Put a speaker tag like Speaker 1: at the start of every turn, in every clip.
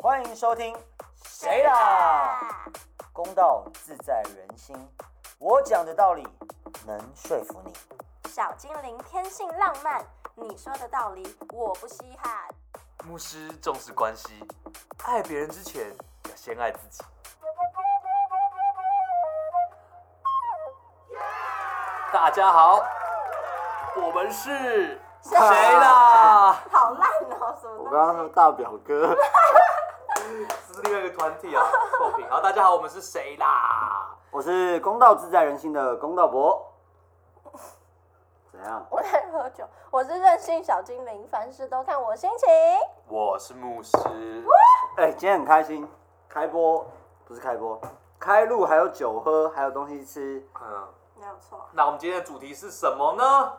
Speaker 1: 欢迎收听《谁啦？公道自在人心》，我讲的道理能说服你。
Speaker 2: 小精灵天性浪漫，你说的道理我不稀罕。
Speaker 3: 牧师重视关系，爱别人之前要先爱自己。大家好，我们是谁啦？
Speaker 2: 好烂哦，什么
Speaker 4: 我
Speaker 2: 东
Speaker 4: 刚刚说
Speaker 2: 西？
Speaker 4: 大表哥，
Speaker 3: 这是另外一个团体啊，作品。好，大家好，我们是谁啦？
Speaker 4: 我是公道自在人心的公道伯。怎样？
Speaker 2: 我在喝酒，我是任性小精灵，凡事都看我心情。
Speaker 3: 我是牧师。
Speaker 4: 哎、今天很开心，开播不是开播，开录还有酒喝，还有东西吃。
Speaker 3: 嗯，
Speaker 2: 没有错，
Speaker 3: 那我们今天的主题是什么呢？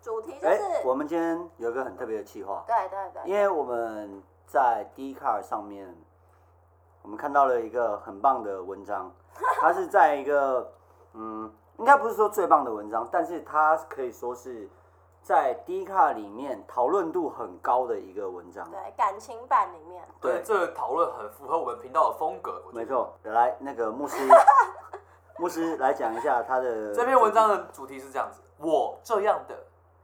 Speaker 2: 主题就
Speaker 4: 哎、
Speaker 2: 是、
Speaker 4: 我们今天有一个很特别的企划，
Speaker 2: 对对对，
Speaker 4: 因为我们在 d c a r 上面，我们看到了一个很棒的文 章，它是在一个嗯，应该不是说最棒的文章，但是它可以说是在 d c a r 里面讨论度很高的一个文章。
Speaker 2: 对感情版里面，
Speaker 3: 对，这个讨论很符合我们频道的风格。我觉得
Speaker 4: 没错，来那个牧 师，牧师来讲一下他的
Speaker 3: 这篇文章的主题是这样子：我这样的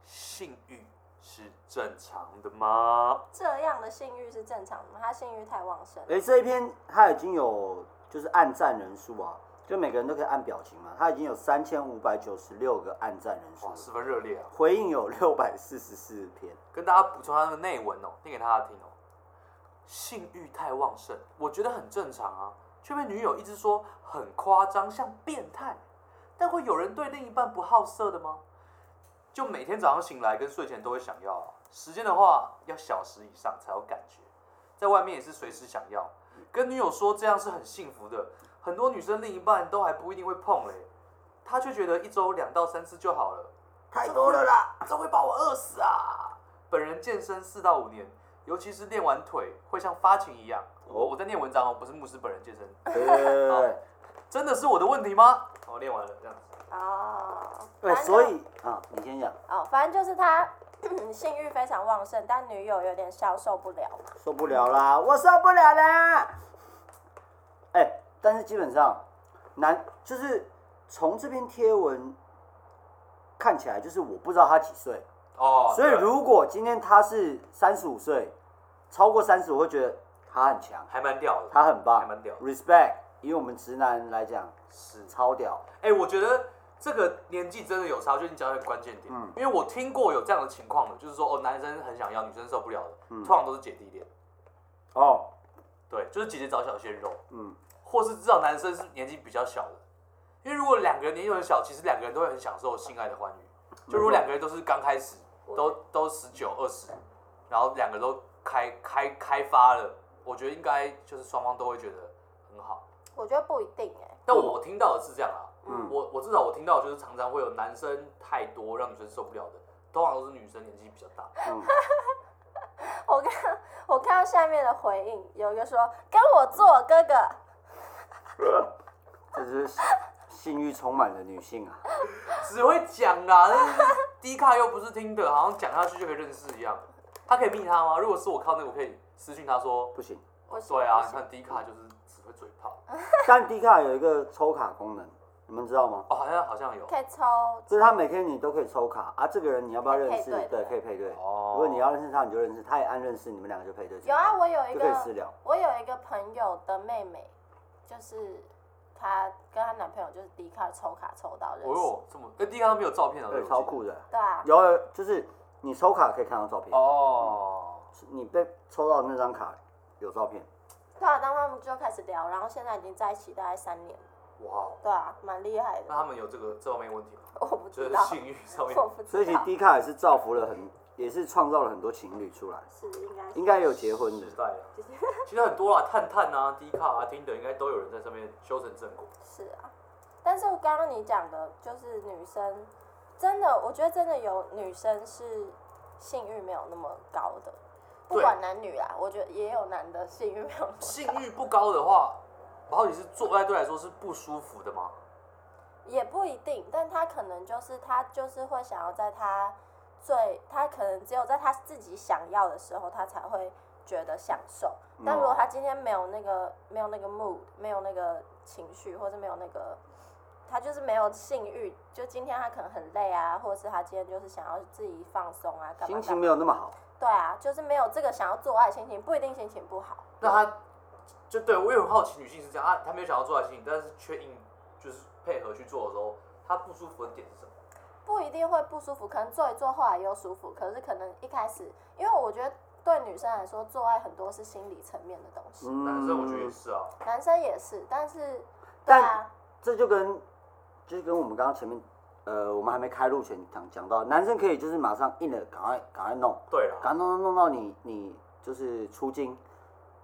Speaker 3: 性欲是正常的吗？
Speaker 2: 这样的性欲是正常的吗？他性欲太旺盛了，
Speaker 4: 哎、这一篇它已经有就是按赞人数啊，就每个人都可以按表情嘛，它已经有三千五百九十六个按赞人数
Speaker 3: 哇，
Speaker 4: 了，
Speaker 3: 十分热烈啊！
Speaker 4: 回应有六百四十四篇。
Speaker 3: 跟大家补充他的内文哦，念给大家听哦。性欲太旺盛，我觉得很正常啊，却被女友一直说很夸张，像变态。但会有人对另一半不好色的吗？就每天早上醒来跟睡前都会想要啊、时间的话要小时以上才有感觉，在外面也是随时想要。跟女友说这样是很幸福的，很多女生另一半都还不一定会碰嘞，他却觉得一周两到三次就好了，
Speaker 4: 太多了啦！
Speaker 3: 这会把我饿死啊！本人健身四到五年，尤其是练完腿会像发情一样。我我在念文章哦，不是牧师本人健身，
Speaker 4: 对对对对 对
Speaker 3: 真的是我的问题吗？哦，练完了这样子。
Speaker 2: 哦，
Speaker 4: 对，
Speaker 2: 反正
Speaker 4: 所以啊，你先讲，
Speaker 2: 哦，反正就是他嗯性欲非常旺盛，但女友有点消受不了嘛。
Speaker 4: 受不了啦，我受不了啦！哎、但是基本上男就是从这篇贴文看起来，就是我不知道他几岁，
Speaker 3: 哦，
Speaker 4: 所以
Speaker 3: 对
Speaker 4: 如果今天他是三十五岁，超过三十，我会觉得他很强，
Speaker 3: 还蛮屌的，
Speaker 4: 他很棒，
Speaker 3: 还蛮屌的
Speaker 4: r e s p e c t 以我们直男来讲
Speaker 3: 是
Speaker 4: 是超屌。
Speaker 3: 哎、我觉得这个年纪真的有差，就你讲的很关键点。
Speaker 4: 嗯
Speaker 3: 因为我听过有这样的情况的，就是说哦，男生很想要，女生受不了的，
Speaker 4: 嗯
Speaker 3: 通常都是姐弟恋。
Speaker 4: 哦，
Speaker 3: 对，就是姐姐找小鲜肉，
Speaker 4: 嗯，
Speaker 3: 或是至少男生是年纪比较小的，因为如果两个人年纪很小，其实两个人都会很享受性爱的欢愉。就如果两个人都是刚开始，都都十九二十，然后两个都开开开发了，我觉得应该就是双方都会觉得很好。
Speaker 2: 我觉得不一定哎、
Speaker 3: 但我听到的是这样啊，
Speaker 4: 嗯
Speaker 3: 我我至少我听到的就是常常会有男生太多让女生受不了的，通常都是女生年纪比较大。
Speaker 2: 我看我看到下面的回应，有一个说跟我做哥哥，
Speaker 4: 这就是性性欲充满的女性啊。
Speaker 3: 只会讲啦，但是 低卡又不是听的，好像讲下去就可以认识一样。他可以密他吗？如果是我靠那个，我可以私讯他说，
Speaker 4: 不行，
Speaker 2: 不行
Speaker 3: 对啊，
Speaker 2: 不
Speaker 3: 你
Speaker 2: 行
Speaker 3: 看低卡就是只会嘴炮。
Speaker 4: 但 D 卡有一个抽卡功能，你们知道吗？
Speaker 3: 哦，好像好像有。
Speaker 2: 可以抽
Speaker 4: 就是他每天你都可以抽卡啊，这个人你要不要认识
Speaker 2: 可以配？对
Speaker 4: 对，可以配对。
Speaker 3: 哦
Speaker 4: 如果你要认识他，你就认识，他也按认识，你们两个就配对。
Speaker 2: 有啊，我有一
Speaker 4: 就可以私
Speaker 2: 个
Speaker 4: 聊。
Speaker 2: 我有一个朋友的妹妹，就是她跟她男朋友就是迪卡抽卡抽到认
Speaker 3: 哦
Speaker 2: 识，
Speaker 3: 哟，这么，那低卡都没有照片啊，
Speaker 4: 对，
Speaker 3: 不
Speaker 4: 超酷的。
Speaker 2: 对啊，
Speaker 4: 有啊，就是你抽卡可以看到照片，
Speaker 3: 哦。
Speaker 4: 你被抽到的那张卡有照片。
Speaker 2: 对啊，当他们就开始聊，然后现在已经在一起大概三年了，
Speaker 3: 哇，
Speaker 2: 对啊，蛮厉害的
Speaker 3: 那，他们有这个这方面问题吗？
Speaker 2: 我不
Speaker 3: 就
Speaker 2: 知
Speaker 3: 是
Speaker 2: 道，
Speaker 3: 性欲 上面
Speaker 2: 我不
Speaker 4: 所以
Speaker 2: 知
Speaker 4: 其
Speaker 2: 道
Speaker 4: 实，D 卡也是造福了很，也是创造了很多情侣出来，
Speaker 2: 是应该是
Speaker 4: 应该也有结婚的
Speaker 3: 时。代啊。其实很多啦，探探啊、低卡啊、听的应该都有人在上面修成正果。
Speaker 2: 是啊，但是刚刚你讲的，就是女生真的，我觉得真的有女生是性欲没有那么高的，不
Speaker 3: 对
Speaker 2: 管男女啦，我觉得也有男的性欲没有那么
Speaker 3: 性欲不高的话，我好奇是做爱对来说是不舒服的吗？
Speaker 2: 也不一定，但他可能就是他就是会想要在他最他可能只有在他自己想要的时候，他才会觉得享受。
Speaker 4: 嗯
Speaker 2: 但如
Speaker 4: 哦
Speaker 2: 果他今天没有那个没有那个 mood，没有那个情绪，或者没有那个，他就是没有性欲，就今天他可能很累啊，或者是他今天就是想要自己放松啊，干嘛
Speaker 4: 心
Speaker 2: 干
Speaker 4: 情
Speaker 2: 嘛？
Speaker 4: 没有那么好，
Speaker 2: 对啊，就是没有这个想要做爱的心情，不一定心情不好。
Speaker 3: 那他就对我也很好奇，女性是这样，她她没有想要做爱心情，但是却硬就是配合去做的时候，她不舒服的点是什么？
Speaker 2: 不一定会不舒服，可能做一做后来又舒服，可是可能一开始，因为我觉得对女生来说，做爱很多是心理层面的东西，
Speaker 4: 嗯，
Speaker 3: 男生我觉得也是啊，
Speaker 2: 男生也是，但是，对
Speaker 4: 但
Speaker 2: 啊，
Speaker 4: 这就跟就是跟我们刚刚前面呃，我们还没开录前讲讲到，男生可以就是马上硬的赶快赶快弄，
Speaker 3: 对啦，
Speaker 4: 赶快弄弄弄到你你就是出金，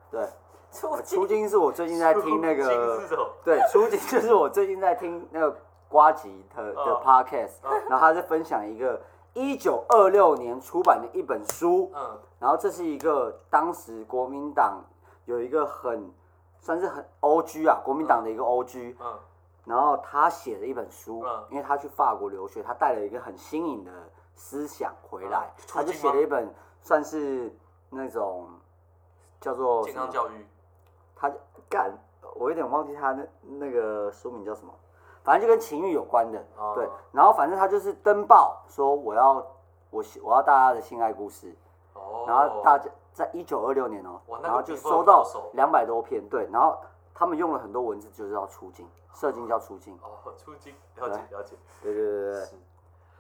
Speaker 4: 对，
Speaker 2: 出
Speaker 4: 出金是我最近在听那
Speaker 3: 亲
Speaker 4: 个
Speaker 3: 是什么？
Speaker 4: 对，初级就是我最近在听那个瓜吉的的
Speaker 3: 嗯
Speaker 4: podcast，、然后他在分享一个一九二六年出版的一本书，
Speaker 3: 嗯，
Speaker 4: 然后这是一个当时国民党有一个很算是很 O G 啊，国民党的一个 O G，
Speaker 3: 嗯
Speaker 4: 然后他写了一本书
Speaker 3: 嗯，
Speaker 4: 因为他去法国留学，他带了一个很新颖的思想回来
Speaker 3: 嗯，
Speaker 4: 他就
Speaker 3: 促进
Speaker 4: 写
Speaker 3: 吗
Speaker 4: 了一本算是那种叫做
Speaker 3: 健
Speaker 4: 什么
Speaker 3: 康教育，
Speaker 4: 他干，我有点忘记他那那个书名叫什么，反正就跟情欲有关的，
Speaker 3: 哦
Speaker 4: 对。然后反正他就是登报说我要我希我要大家的性爱故事，
Speaker 3: 哦，
Speaker 4: 然后大家在一九二六年哦、
Speaker 3: 哇那个
Speaker 4: 然后就
Speaker 3: 地方
Speaker 4: 收到
Speaker 3: 好熟
Speaker 4: 两百多篇，对，然后他们用了很多文字，就是要出镜，射精叫出镜，
Speaker 3: 哦，出金了解了解。
Speaker 4: 对对对对对，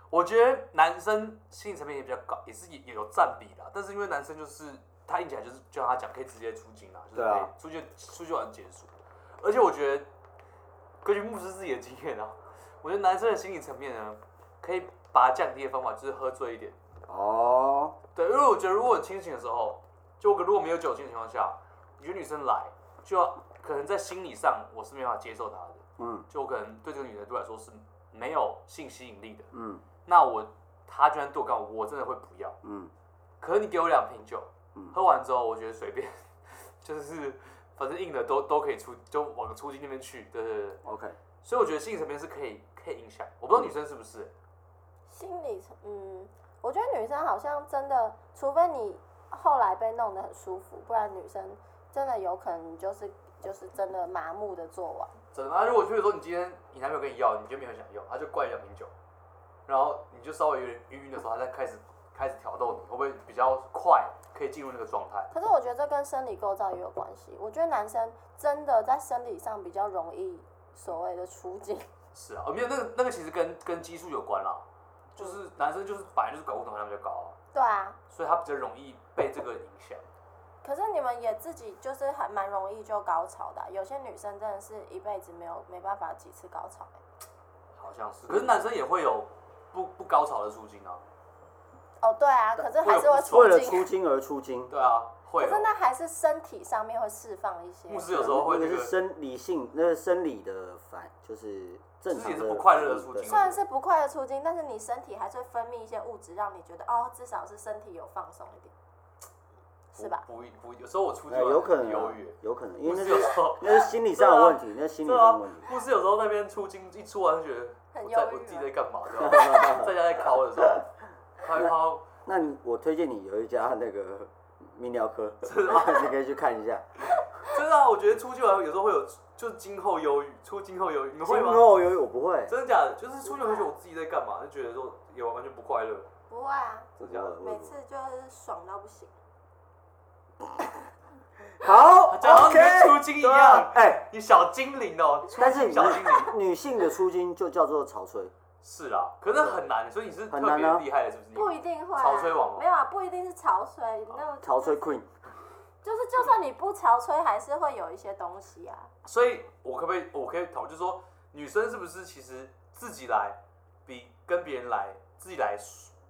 Speaker 3: 我觉得男生心理层面也比较高，也是也也有占比啦。但是因为男生就是他硬起来就是就像他讲可以直接出境啦，就是
Speaker 4: 对啊
Speaker 3: 可以出去出去玩结束。而且我觉得根据牧师自己的经验啊，我觉得男生的心理层面呢，可以把它降低的方法就是喝醉一点。
Speaker 4: 哦，
Speaker 3: 对，因为我觉得如果很清醒的时候，就如果没有酒精的情况下，你觉得女生来，就要可能在心理上我是没办法接受她的，
Speaker 4: 嗯
Speaker 3: 就我可能对这个女的对我来说是没有性吸引力的。
Speaker 4: 嗯
Speaker 3: 那我他居然对我干嘛，我真的会不要。
Speaker 4: 嗯，
Speaker 3: 可是你给我两瓶酒，
Speaker 4: 嗯
Speaker 3: 喝完之后我觉得随便， 就是反正硬的都都可以出，就往出境那边去。对对对对，
Speaker 4: ，OK，
Speaker 3: 所以我觉得性层面是可以可以影响，我不知道女生是不是、欸
Speaker 2: 心理层，嗯，我觉得女生好像真的，除非你后来被弄得很舒服，不然女生真的有可能就是就是真的麻木的做完，
Speaker 3: 真的。那如果譬如说你今天你男朋友跟你要，你就没有想要，他就灌你两瓶酒，然后你就稍微有点晕晕的时候，他再开始开始挑逗你，会不会比较快可以进入那个状态？
Speaker 2: 可是我觉得这跟生理构造也有关系。我觉得男生真的在生理上比较容易所谓的出镜，
Speaker 3: 是啊，哦没有那个那个其实跟跟激素有关啦，就是男生就是本来就是睾固酮含量比较高啊、
Speaker 2: 对啊。
Speaker 3: 所以他比较容易被这个影响。
Speaker 2: 可是你们也自己就是还蛮容易就高潮的啊、有些女生真的是一辈子没有没办法几次高潮欸、
Speaker 3: 好像是，可是男生也会有不不高潮的出精啊。
Speaker 2: 哦，对啊，可是还是会
Speaker 4: 为了
Speaker 2: 出
Speaker 4: 出
Speaker 2: 镜，
Speaker 4: 镜而出镜。
Speaker 3: 对啊，会
Speaker 2: 可是
Speaker 3: 有。
Speaker 2: 那还是身体上面会释放一些。
Speaker 3: 牧师有时候会
Speaker 4: 那
Speaker 3: 那
Speaker 4: 个
Speaker 3: 个
Speaker 4: 是生理性，那是生理的反，就是正常
Speaker 3: 自己
Speaker 4: 的
Speaker 3: 是不快乐的
Speaker 4: 反
Speaker 3: 处
Speaker 4: 应
Speaker 3: 境
Speaker 2: 虽然是不快的出经，但是你身体还是会分泌一些物质，让你觉得哦，至少是身体有放松一点，是吧？
Speaker 3: 不一不一，有时候我出去
Speaker 4: 哎有可能
Speaker 3: 犹
Speaker 4: 啊
Speaker 3: 豫，，
Speaker 4: 有可能，因
Speaker 3: 牧
Speaker 4: 为那是
Speaker 3: 师有时候
Speaker 4: 那是心理上的问题，那是心理
Speaker 3: 对
Speaker 4: 上
Speaker 3: 啊
Speaker 4: 的问题。，
Speaker 3: 牧师有时候那边出精一出完就觉得
Speaker 2: 很忧
Speaker 3: 我
Speaker 2: 郁
Speaker 3: 在
Speaker 2: 啊
Speaker 3: 我自己在 干嘛，对吧？在家在烤的时候，他一烤
Speaker 4: 那你我推荐你有一家那个泌尿科， 你可以去看一下。
Speaker 3: 真的啊，我觉得出去玩有时候会有就是今后忧郁，出今后忧郁，你们会
Speaker 4: 今
Speaker 3: 吗？
Speaker 4: 后有我不会，
Speaker 3: 真的假的？就是出去玩就觉得我自己在干嘛，就觉得说也完全不快乐。
Speaker 2: 不会啊，
Speaker 4: 我不会我不会
Speaker 2: 每次就是爽到不行。
Speaker 4: 好
Speaker 3: 讲到你
Speaker 4: ，OK，
Speaker 3: 跟出精一
Speaker 4: 对啊
Speaker 3: 样，
Speaker 4: 哎，
Speaker 3: 你小精灵哦，出
Speaker 4: 但是
Speaker 3: 精
Speaker 4: 女
Speaker 3: 小精灵。
Speaker 4: 女性的出精就叫做潮吹，
Speaker 3: 是啦，可是很难，所以你是特
Speaker 4: 很难
Speaker 3: 别
Speaker 4: 啊
Speaker 3: 厉害的，是不是？
Speaker 2: 不一定会、啊，
Speaker 3: 潮吹王吗
Speaker 2: 没有啊，不一定是潮吹，那种
Speaker 4: 潮吹 queen，
Speaker 2: 就是就算你不潮吹，还是会有一些东西啊。
Speaker 3: 所以我可不可以，我可以讨论，就是说女生是不是其实自己来比跟别人来自己来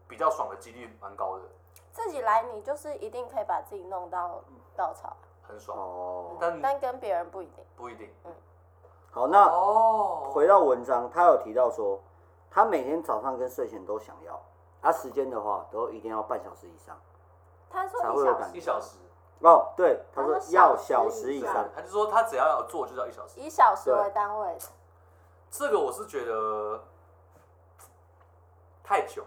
Speaker 3: 比较爽的几率蛮高的，
Speaker 2: 自己来，你就是一定可以把自己弄到高潮，
Speaker 3: 很爽，
Speaker 4: 哦，
Speaker 3: 但
Speaker 2: 但跟别人不一定。
Speaker 3: 不一定。
Speaker 4: 好，那
Speaker 3: 哦，
Speaker 4: 回到文章，他有提到说，他每天早上跟睡前都想要，他时间的话都一定要半小时以上。
Speaker 2: 他说
Speaker 4: 才
Speaker 2: 一
Speaker 4: 会有
Speaker 2: 小
Speaker 4: 感
Speaker 2: 时，
Speaker 3: 一小时，啊
Speaker 4: 哦，对，他
Speaker 2: 他
Speaker 4: 说
Speaker 2: 说
Speaker 4: 要
Speaker 2: 小
Speaker 4: 小
Speaker 2: 时
Speaker 4: 时
Speaker 2: 以
Speaker 4: 以
Speaker 2: 上
Speaker 4: 上。
Speaker 3: 他就说他只要有做就要一小时，
Speaker 2: 以小时
Speaker 4: 对
Speaker 2: 为单位的，
Speaker 3: 这个我是觉得太久，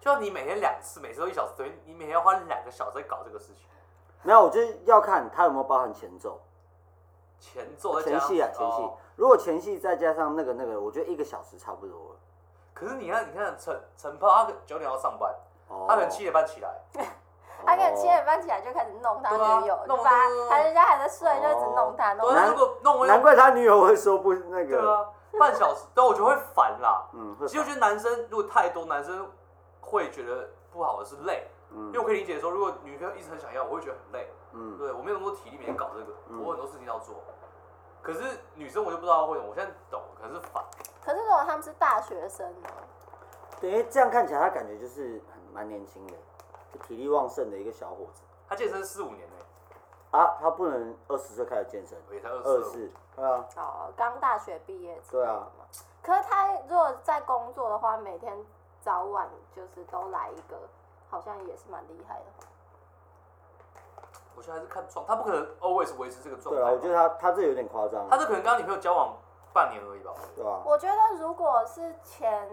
Speaker 3: 就你每天两次，每次都一小时，等于你每天要花两个小时在搞这个事情。
Speaker 4: 没有，我就是要看他有没有包含前奏、
Speaker 3: 前奏再加
Speaker 4: 前戏啊，前戏。
Speaker 3: 哦
Speaker 4: 如果前戏再加上那个那个，我觉得一个小时差不多了。
Speaker 3: 可是你看，你看陈陈涛，他九点要上班，
Speaker 4: 哦
Speaker 3: 他可能七点半起来，
Speaker 2: 他可能七点半起来就开始弄他
Speaker 4: 哦
Speaker 3: 对啊
Speaker 2: 女友，
Speaker 3: 弄
Speaker 2: 就把
Speaker 3: 弄弄
Speaker 2: 他人家还在睡，就一直弄他，弄
Speaker 3: 对
Speaker 2: 他
Speaker 3: 啊，。如果弄我
Speaker 4: 哦难怪他女友会说不那
Speaker 3: 对
Speaker 4: 个，
Speaker 3: 啊，半小时，但我觉得会烦啦。
Speaker 4: 嗯，会
Speaker 3: 其实我觉得男生如果太多，男生会觉得不好的是累，因为我可以理解说，如果女朋友一直很想要，我会觉得很累，
Speaker 4: 嗯
Speaker 3: 对我没有那么多体力每天搞这个，
Speaker 4: 嗯
Speaker 3: 我有很多事情要做。可是女生我就不知道为什么，我现在懂，可是烦。
Speaker 2: 可是如果他们是大学生哦呢？
Speaker 4: 等于这样看起来他感觉就是很蛮年轻的，就体力旺盛的一个小伙子
Speaker 3: 他健身四五年呢、
Speaker 4: 啊，他不能二十岁开始健身，
Speaker 3: 我也才二
Speaker 4: 二
Speaker 3: 十
Speaker 4: 十，对啊，
Speaker 2: 哦，刚大学毕业之类
Speaker 4: 对
Speaker 2: 的
Speaker 4: 啊
Speaker 2: 嘛。可是他如果在工作的话，每天早晚就是都来一个，好像也是蛮厉害的。
Speaker 3: 我觉得还是看状，他不可能 always 维持这个状
Speaker 4: 对
Speaker 3: 态。
Speaker 4: 啊，我觉得他他这有点夸张，
Speaker 3: 他这可能跟他女朋友交往半年而已吧。我觉得
Speaker 4: 对吧？
Speaker 2: 我觉得如果是前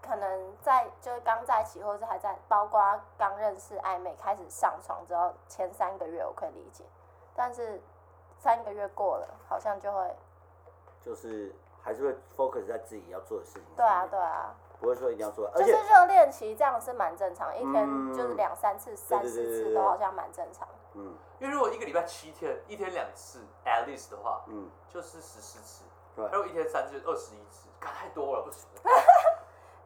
Speaker 2: 可能在就是刚在一起，或者是还在，包括刚认识暧昧开始上床之后前三个月我可以理解，但是三个月过了，好像就会
Speaker 4: 就是还是会 focus 在自己要做的事情上面，
Speaker 2: 对啊对啊，
Speaker 4: 不会说一定要做，嗯而
Speaker 2: 就
Speaker 4: 且
Speaker 2: 是热恋期这样是蛮正常，一天
Speaker 4: 嗯
Speaker 2: 就是两三次、三四
Speaker 4: 对对
Speaker 2: 次
Speaker 4: 对
Speaker 2: 都好像蛮正常的。
Speaker 4: 嗯
Speaker 3: 因为如果一个礼拜七天，一天两次 at least 的话，
Speaker 4: 嗯，
Speaker 3: 就是十四次。
Speaker 4: 对
Speaker 3: 还有一天三次，二十一次，看太多了，不行，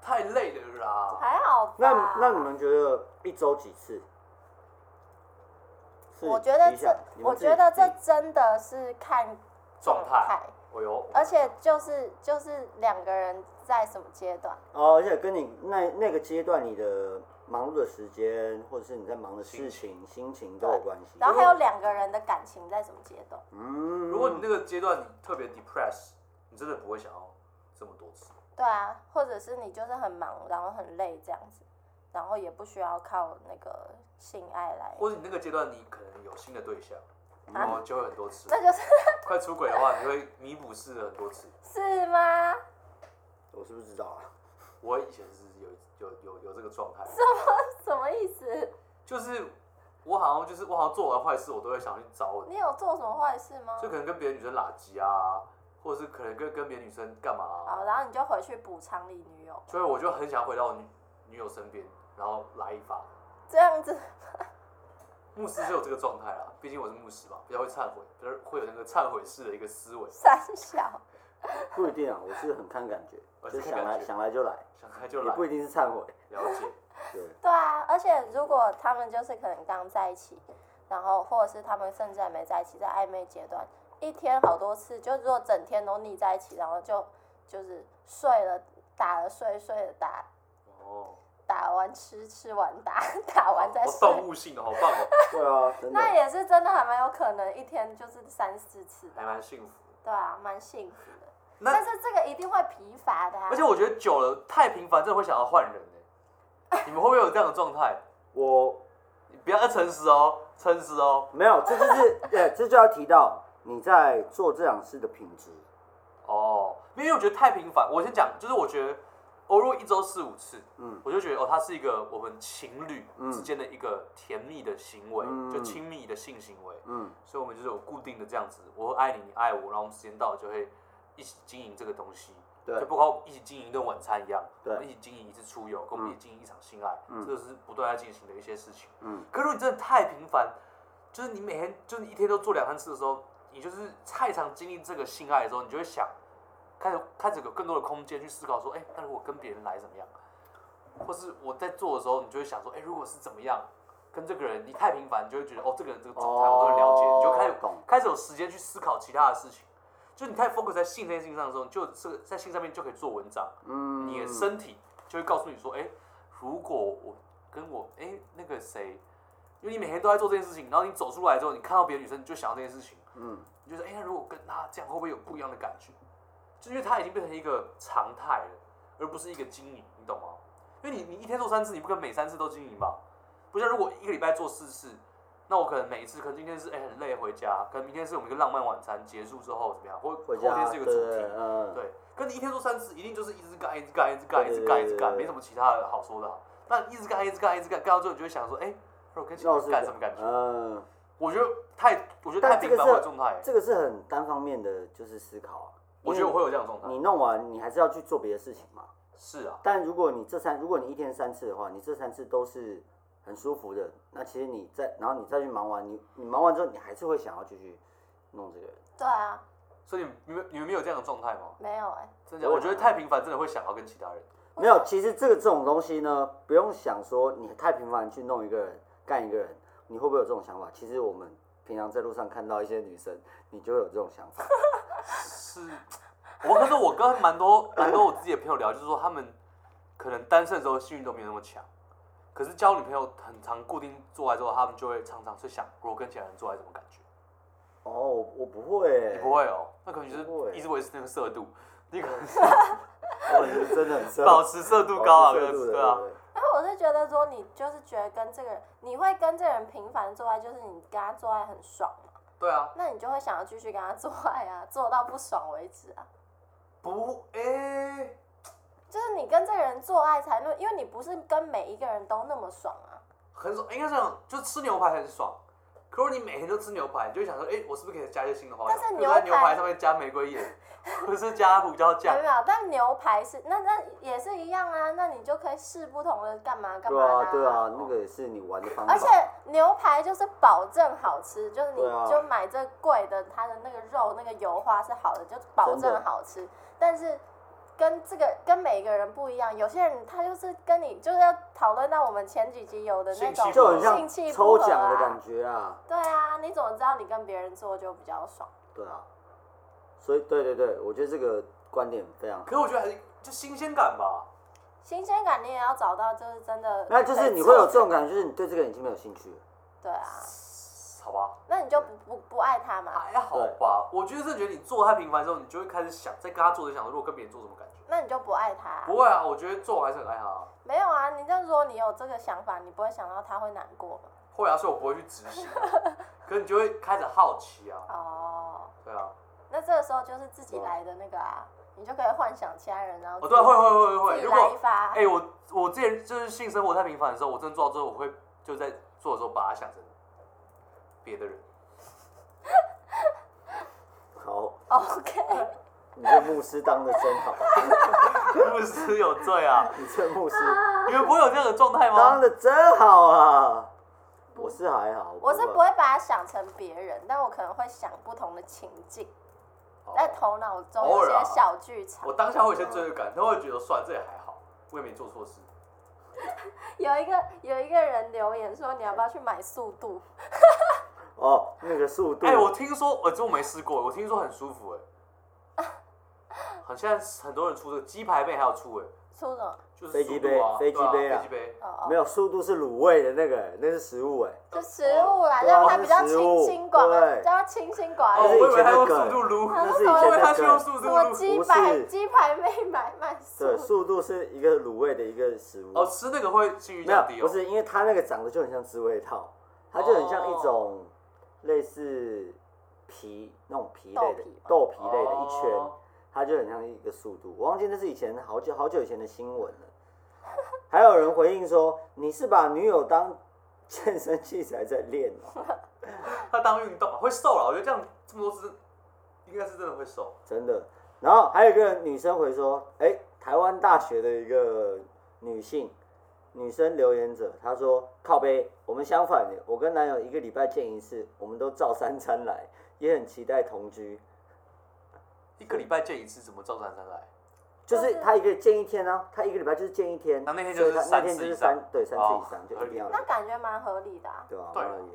Speaker 3: 太累了啦。
Speaker 2: 还好吧。
Speaker 4: 那那你们觉得一周几次？是
Speaker 2: 我觉得
Speaker 4: 理
Speaker 2: 这
Speaker 4: 想，你们
Speaker 2: 我
Speaker 4: 自己
Speaker 2: 觉得这
Speaker 4: 自己
Speaker 2: 真的是看
Speaker 3: 状态，哎呦，
Speaker 2: 而且就是就是两个人在什么阶段，
Speaker 4: 哦，而且跟你那那个阶段你的忙碌的时间，或者是你在忙的事情、心情都有关系。
Speaker 2: 然后还有两个人的感情在什么阶段。
Speaker 4: 嗯，
Speaker 3: 如果你那个阶段你特别 depress，你真的不会想要这么多次。
Speaker 2: 对啊，或者是你就是很忙，然后很累这样子，然后也不需要靠那个性爱来，
Speaker 3: 或者你那个阶段你可能有新的对象，
Speaker 2: 啊
Speaker 3: 然后就会很多次。
Speaker 2: 那就是
Speaker 3: 快出轨的话，你会弥补式的很多次。
Speaker 2: 是吗？
Speaker 4: 我是不是知道啊？
Speaker 3: 我以前是有有有有这个状态，
Speaker 2: 什么意思？
Speaker 3: 就是我好像就是我好像做完坏事，我都会想去找我，
Speaker 2: 你有做什么坏事吗
Speaker 3: 就？可能跟别的女生拉鸡啊，或者是可能跟跟别的女生干嘛、啊。
Speaker 2: 好，然后你就回去补偿你女友，
Speaker 3: 所以我就很想回到我女女友身边，然后来一发。
Speaker 2: 这样子
Speaker 3: 牧师就有这个状态啦，毕竟我是牧师嘛，比较会忏悔，比较会有那个忏悔式的一个思维，
Speaker 2: 三小。
Speaker 4: 不一定啊，我是很看感觉，
Speaker 3: 我是
Speaker 4: 就
Speaker 3: 看
Speaker 4: 想
Speaker 3: 感
Speaker 4: 来
Speaker 3: 觉
Speaker 4: 想来就来，
Speaker 3: 想开就
Speaker 4: 也
Speaker 3: 来，
Speaker 4: 不一定是忏悔。
Speaker 3: 了解。
Speaker 4: 对，
Speaker 2: 对啊，而且如果他们就是可能刚在一起，然后或者是他们甚至还没在一起，在暧昧阶段，一天好多次，就如果整天都腻在一起，然后就就是睡了打了睡，睡了打，
Speaker 3: 哦，
Speaker 2: 打完吃，吃完打， 打完再
Speaker 3: 我
Speaker 2: 睡，
Speaker 3: 动物性的好棒哦，
Speaker 4: 对啊，真的。
Speaker 2: 那也是真的还蛮有可能一天就是三四次
Speaker 3: 还
Speaker 2: 的，
Speaker 3: 蛮幸福。
Speaker 2: 对啊，蛮幸福的。
Speaker 3: 那
Speaker 2: 但是这个一定会疲乏的、啊，
Speaker 3: 而且我觉得久了太频繁，真的会想要换人哎、你们会不会有这样的状态？
Speaker 4: 我
Speaker 3: 你不要要诚实哦，诚实 哦。
Speaker 4: 没有，这就是，呃，这就要提到你在做这两事的品质。
Speaker 3: 哦，因为我觉得太频繁。我先讲，就是我觉得我如果一周四五次，
Speaker 4: 嗯
Speaker 3: 我就觉得哦，它是一个我们情侣
Speaker 4: 嗯
Speaker 3: 之间的一个甜蜜的行为，
Speaker 4: 嗯
Speaker 3: 就亲密的性行为。
Speaker 4: 嗯，
Speaker 3: 所以我们就是有固定的这样子，我会爱你，你爱我，然后我们时间到了就会一起经营这个东西。
Speaker 4: 对
Speaker 3: 就包括我们一起经营一顿晚餐一样，
Speaker 4: 对
Speaker 3: 我们一起经营一次出游，跟我们
Speaker 4: 嗯
Speaker 3: 一起经营一场性爱，
Speaker 4: 嗯
Speaker 3: 这是不断在进行的一些事情。
Speaker 4: 嗯，
Speaker 3: 可如果你真的太频繁，就是你每天就是你一天都做两三次的时候，你就是太常经历这个性爱的时候，你就会想，开始开始有更多的空间去思考说，哎、那如果跟别人来怎么样？或是我在做的时候，你就会想说，哎、如果是怎么样跟这个人，你太频繁，你就会觉得哦，这个人这个状态我都会了解，
Speaker 4: 哦
Speaker 3: 你就开始
Speaker 4: 懂
Speaker 3: 开始有时间去思考其他的事情。就你太 focus 在性这件事情上的时候，你就这个在性上面就可以做文章，
Speaker 4: 嗯
Speaker 3: 你的身体就会告诉你说，哎、如果我跟我哎、那个谁，因为你每天都在做这件事情，然后你走出来之后，你看到别的女生，你就想到这件事情，
Speaker 4: 嗯，
Speaker 3: 你就说，哎、那如果跟她这样，会不会有不一样的感觉？就因为它已经变成一个常态了，而不是一个经营，你懂吗？因为你你一天做三次，你不可能每三次都经营吧？不像如果一个礼拜做四次，那我可能每一次，可能今天是哎、很累回家，可能明天是我们一个浪漫晚餐结束之后怎么样，或
Speaker 4: 回
Speaker 3: 后
Speaker 4: 家
Speaker 3: 天是
Speaker 4: 对
Speaker 3: 一个
Speaker 4: 对
Speaker 3: 主题
Speaker 4: 对，，嗯，
Speaker 3: 对，跟你一天做三次，一定就是一直干，一直干，一直干，一直
Speaker 4: 对
Speaker 3: 干，一直干，没什么其他的好说的啊。那一直干，一直干，一直干，干到最后你就会想说，哎、我跟
Speaker 4: 那我
Speaker 3: 你
Speaker 4: 是
Speaker 3: 干什么感觉？
Speaker 4: 嗯，
Speaker 3: 我觉得太，我觉得太
Speaker 4: 但这
Speaker 3: 平
Speaker 4: 个
Speaker 3: 凡会
Speaker 4: 是
Speaker 3: 状态。
Speaker 4: 这个是很单方面的，就是思考啊。
Speaker 3: 我觉得我会有这样的状
Speaker 4: 你
Speaker 3: 态。
Speaker 4: 弄完，你还是要去做别的事情嘛。
Speaker 3: 是啊，
Speaker 4: 但如果你这三，如果你一天三次的话，你这三次都是很舒服的，那其实你再，然后你再去忙完，你你忙完之后，你还是会想要继续弄这个。
Speaker 2: 对啊，
Speaker 3: 所以你们你们没有这样的状态吗？
Speaker 2: 没有哎、
Speaker 3: 真的，我觉得太平凡真的会想要跟其他人。
Speaker 4: 没有，其实这个这种东西呢，不用想说你太频繁去弄一个人、干一个人，你会不会有这种想法？其实我们平常在路上看到一些女生，你就会有这种想法。
Speaker 3: 是， 我可是我跟蛮多蛮多我自己的朋友聊，就是说他们可能单身的时候性欲都没有那么强，可是交女朋友很常固定做爱之后，他们就会常常去想，如果跟其他人做爱什么感觉。
Speaker 4: 哦，我我不会欸、
Speaker 3: 你不会哦，那可能就
Speaker 4: 不会嗯
Speaker 3: 是一直维持那个色度，你可能是
Speaker 4: 我是真的很色
Speaker 3: 保持色度高啊，
Speaker 4: 保持
Speaker 3: 对
Speaker 4: 色度的
Speaker 3: 对啊。
Speaker 4: 对对
Speaker 2: 然后我是觉得说，你就是觉得跟这个人，你会跟这个人频繁做爱，就是你跟他做爱很爽嘛，
Speaker 3: 对啊，
Speaker 2: 那你就会想要继续跟他做爱啊，做到不爽为止啊。
Speaker 3: 不，哎、
Speaker 2: 就是你跟这个人做爱才那，因为你不是跟每一个人都那么爽啊。
Speaker 3: 很爽，应该这样，就吃牛排很爽。可是你每天都吃牛排，你就会想说，哎、我是不是可以加一些新的花样？
Speaker 2: 但是
Speaker 3: 比如说在
Speaker 2: 牛
Speaker 3: 牛
Speaker 2: 排
Speaker 3: 排上面加玫瑰盐，或者是加胡椒
Speaker 2: 没
Speaker 3: 酱
Speaker 2: 有，没有，但牛排是那那也是一样啊，那你就可以试不同的干嘛干
Speaker 4: 对
Speaker 2: 嘛的、
Speaker 4: 啊，对啊，那个也是你玩的方法。
Speaker 2: 而且牛排就是保证好吃，就是你
Speaker 4: 对啊
Speaker 2: 就买这贵的，它的那个肉那个油花是好的，就保
Speaker 4: 真的
Speaker 2: 证好吃。但是跟这个跟每个人不一样，有些人他就是跟你就是要讨论到我们前几集有的那
Speaker 3: 兴
Speaker 2: 种
Speaker 3: 趣
Speaker 4: 就
Speaker 3: 不合
Speaker 4: 很像
Speaker 2: 兴趣不
Speaker 4: 抽
Speaker 2: 合
Speaker 4: 奖的
Speaker 2: 啊
Speaker 4: 感。觉啊，
Speaker 2: 对啊，你怎么知道你跟别人做就比较爽？
Speaker 4: 对啊。所以对对对，我觉得这个观点非常好。
Speaker 3: 可是我觉得还是就新鲜感吧。
Speaker 2: 新鲜感你也要找到，就是真的。
Speaker 4: 那就是你会有这种感觉，就是你对这个人已经没有兴趣了。
Speaker 2: 对啊，
Speaker 3: 好吧，
Speaker 2: 那你就不不不爱他嘛？
Speaker 3: 还好吧。我觉得是觉得你做太频繁之后，你就会开始想，在跟他做的想，如果跟别人做什么感觉？
Speaker 2: 那你就不爱他啊、
Speaker 3: 不会啊，我觉得做我还是很爱他、啊。
Speaker 2: 没有啊，你就如果你有这个想法，你不会想到他会难过吗？
Speaker 3: 会啊，所以我不会去执行 啊、可是你就会开始好奇啊，
Speaker 2: 哦，
Speaker 3: 对啊。
Speaker 2: 那这个时候就是自己来的那个啊，你就可以幻想其他人，然后自
Speaker 3: 哦，
Speaker 2: 己
Speaker 3: 对啊，会会会会
Speaker 2: 自
Speaker 3: 会。
Speaker 2: 己
Speaker 3: 如
Speaker 2: 来
Speaker 3: 果
Speaker 2: 一发。
Speaker 3: 哎、我我之前就是性生活太频繁的时候，我真的做到之后，我会就在做的时候把它想成别的人。
Speaker 4: 好，
Speaker 2: OK，
Speaker 4: 你这牧师当的真好，
Speaker 3: 牧师有罪啊！
Speaker 4: 你这牧师
Speaker 3: 你们不会有这样的状态
Speaker 4: 当
Speaker 3: 吗？
Speaker 4: 的真好啊！我是还好，
Speaker 2: 我是不会把他想成别人，但我可能会想不同的情境，在
Speaker 4: 哎
Speaker 2: 头脑中
Speaker 3: 哦偶
Speaker 2: 有
Speaker 3: 尔啊
Speaker 2: 些小剧场
Speaker 3: 我。当下会有一些罪恶感，但会觉得算了这也还好，我也没做错事。
Speaker 2: 有一个有一个人留言说，你要不要去买速度？
Speaker 4: 哦，那个速度，
Speaker 3: 哎、我听说，我这我没试过，我听说很舒服哎、很现在很多人出这个鸡排妹还有出哎、
Speaker 2: 出什么？
Speaker 3: 就是
Speaker 4: 飞机
Speaker 3: 速度
Speaker 4: 杯
Speaker 3: 啊对啊
Speaker 4: 飞机杯啊
Speaker 3: 飞机杯。
Speaker 2: 哦哦
Speaker 4: 没。有速度是卤味的那个，那是食物哎，
Speaker 2: 就食物啦，
Speaker 4: 对啊
Speaker 2: 让他比较清心寡
Speaker 4: 对
Speaker 2: 欲，比较清心寡
Speaker 3: 哦，
Speaker 4: 那
Speaker 3: 我
Speaker 4: 啊是
Speaker 2: 欲。
Speaker 4: 以
Speaker 3: 以
Speaker 4: 前
Speaker 3: 为
Speaker 4: 的
Speaker 3: 他用
Speaker 4: 梗
Speaker 3: 速度撸，
Speaker 4: 那是以
Speaker 3: 我以
Speaker 4: 前
Speaker 3: 为他
Speaker 4: 的
Speaker 3: 是用
Speaker 4: 梗。
Speaker 3: 速
Speaker 2: 什
Speaker 3: 度
Speaker 2: 么
Speaker 3: 撸。
Speaker 2: 鸡
Speaker 4: 不
Speaker 2: 排
Speaker 4: 是
Speaker 2: 鸡排妹买卖
Speaker 4: 对，
Speaker 2: 素，
Speaker 4: 速度是一个卤味的一个食物。
Speaker 3: 哦，吃那个会性欲
Speaker 4: 没
Speaker 3: 降低
Speaker 4: 有，
Speaker 3: 哦。
Speaker 4: 不是，因为它那个长得就很像滋味套，它就很像一
Speaker 2: 哦
Speaker 4: 种类似皮那种皮类的
Speaker 2: 豆皮吧
Speaker 4: 豆皮类的一圈
Speaker 3: 哦，
Speaker 4: 它就很像一个速度。我忘记那是以前好久好久以前的新闻了。还有人回应说：“你是把女友当健身器材在练哦，
Speaker 3: 他当运动会瘦了，我觉得这样这么多只，应该是真的会瘦。
Speaker 4: 真的。”然后还有一个女生回说：“哎、台湾大学的一个女性女生留言者，她说靠背，我们相反的，我跟男友一个礼拜见一次，我们都照三餐来，也很期待同居。
Speaker 3: 一个礼拜见一次，怎么照三餐来？
Speaker 4: 就是他一个见一天啊，他一个礼拜就是见一天，
Speaker 3: 那那天
Speaker 4: 所以
Speaker 3: 就
Speaker 4: 他那
Speaker 3: 是三
Speaker 4: 天
Speaker 3: 次
Speaker 4: 就是
Speaker 3: 以上
Speaker 4: 三对三次
Speaker 3: 哦
Speaker 4: 以上就
Speaker 3: 合
Speaker 4: 一定
Speaker 3: 理
Speaker 4: 要来
Speaker 2: 那，感觉蛮合理的啊。
Speaker 4: 对吧、
Speaker 3: 对啊
Speaker 4: 当然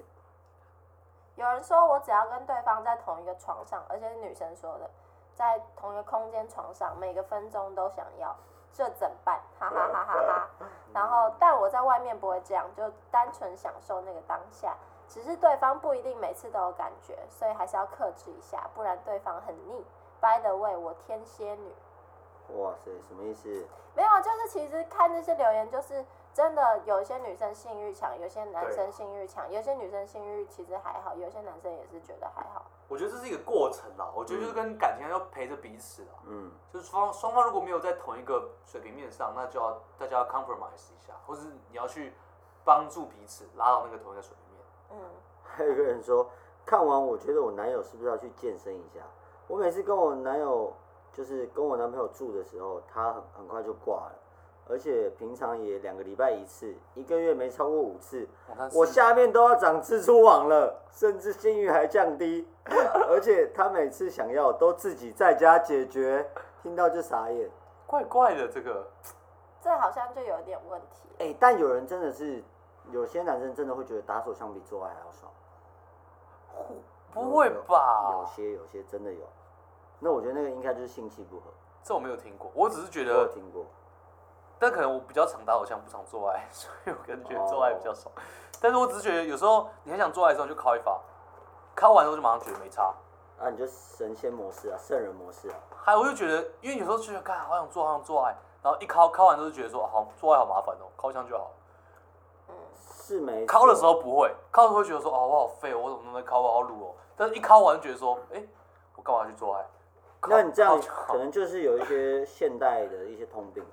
Speaker 4: 也
Speaker 2: 有人说我只要跟对方在同一个床上，而且是女生说的，在同一个空间床上，每个分钟都想要，这怎么办？哈哈哈哈哈。然后，但我在外面不会这样，就单纯享受那个当下。只是对方不一定每次都有感觉，所以还是要克制一下，不然对方很腻。By the way，我天蝎女。
Speaker 4: 哇塞，什么意思？
Speaker 2: 没有，啊就是其实看这些留言，就是真的有一些女生性欲强，有些男生性欲强，有些女生性欲其实还好，有些男生也是觉得还好。
Speaker 3: 我觉得这是一个过程啦，我觉得就是跟感情要陪着彼此啦，
Speaker 4: 嗯，
Speaker 3: 就是双双方如果没有在同一个水平面上，那就要大家要 compromise 一下，或是你要去帮助彼此拉到那个同一个水平面。
Speaker 2: 嗯，
Speaker 4: 还有一个人说，看完我觉得我男友是不是要去健身一下？我每次跟我男友就是跟我男朋友住的时候，他很很快就挂了，而且平常也两个礼拜一次，一个月没超过五次，
Speaker 3: 我看
Speaker 4: 我
Speaker 3: 啊是
Speaker 4: 下面都要长蜘蛛网了，甚至性欲还降低， 而且他每次想要都自己在家解决，听到就傻眼。
Speaker 3: 怪怪的这个，
Speaker 2: 这好像就有点问题。
Speaker 4: 哎、但有人真的是，有些男生真的会觉得打手枪比做爱还要爽。
Speaker 3: 不会
Speaker 4: 有
Speaker 3: 吧？
Speaker 4: 些有些真的有。那我觉得那个应该就是性气不合，
Speaker 3: 这我没有听过，我只是觉
Speaker 4: 我有
Speaker 3: 得，
Speaker 4: 听过。
Speaker 3: 但可能我比较常打手枪，不常做爱， 所以我可能觉得
Speaker 4: 哦
Speaker 3: 做爱比较爽。但是我只是觉得有时候你很想做爱的时候你就敲一发，敲完之后就马上觉得没差。
Speaker 4: 啊，你就神仙模式啊，圣人模式啊，
Speaker 3: 还有我就觉得，因为有时候就觉得，干好想做，好想做爱，然后一敲敲完之后就觉得说，好做爱好麻烦哦，敲枪就好。
Speaker 4: 是没错。
Speaker 3: 敲的时候不会，敲的时候会觉得说，哦，我好废哦，我怎么那么敲，我好鲁哦。但是一敲完就觉得说，哎、我干嘛去做爱？
Speaker 4: 那你这样
Speaker 3: 敲就好
Speaker 4: 可能就是有一些现代的一些通病，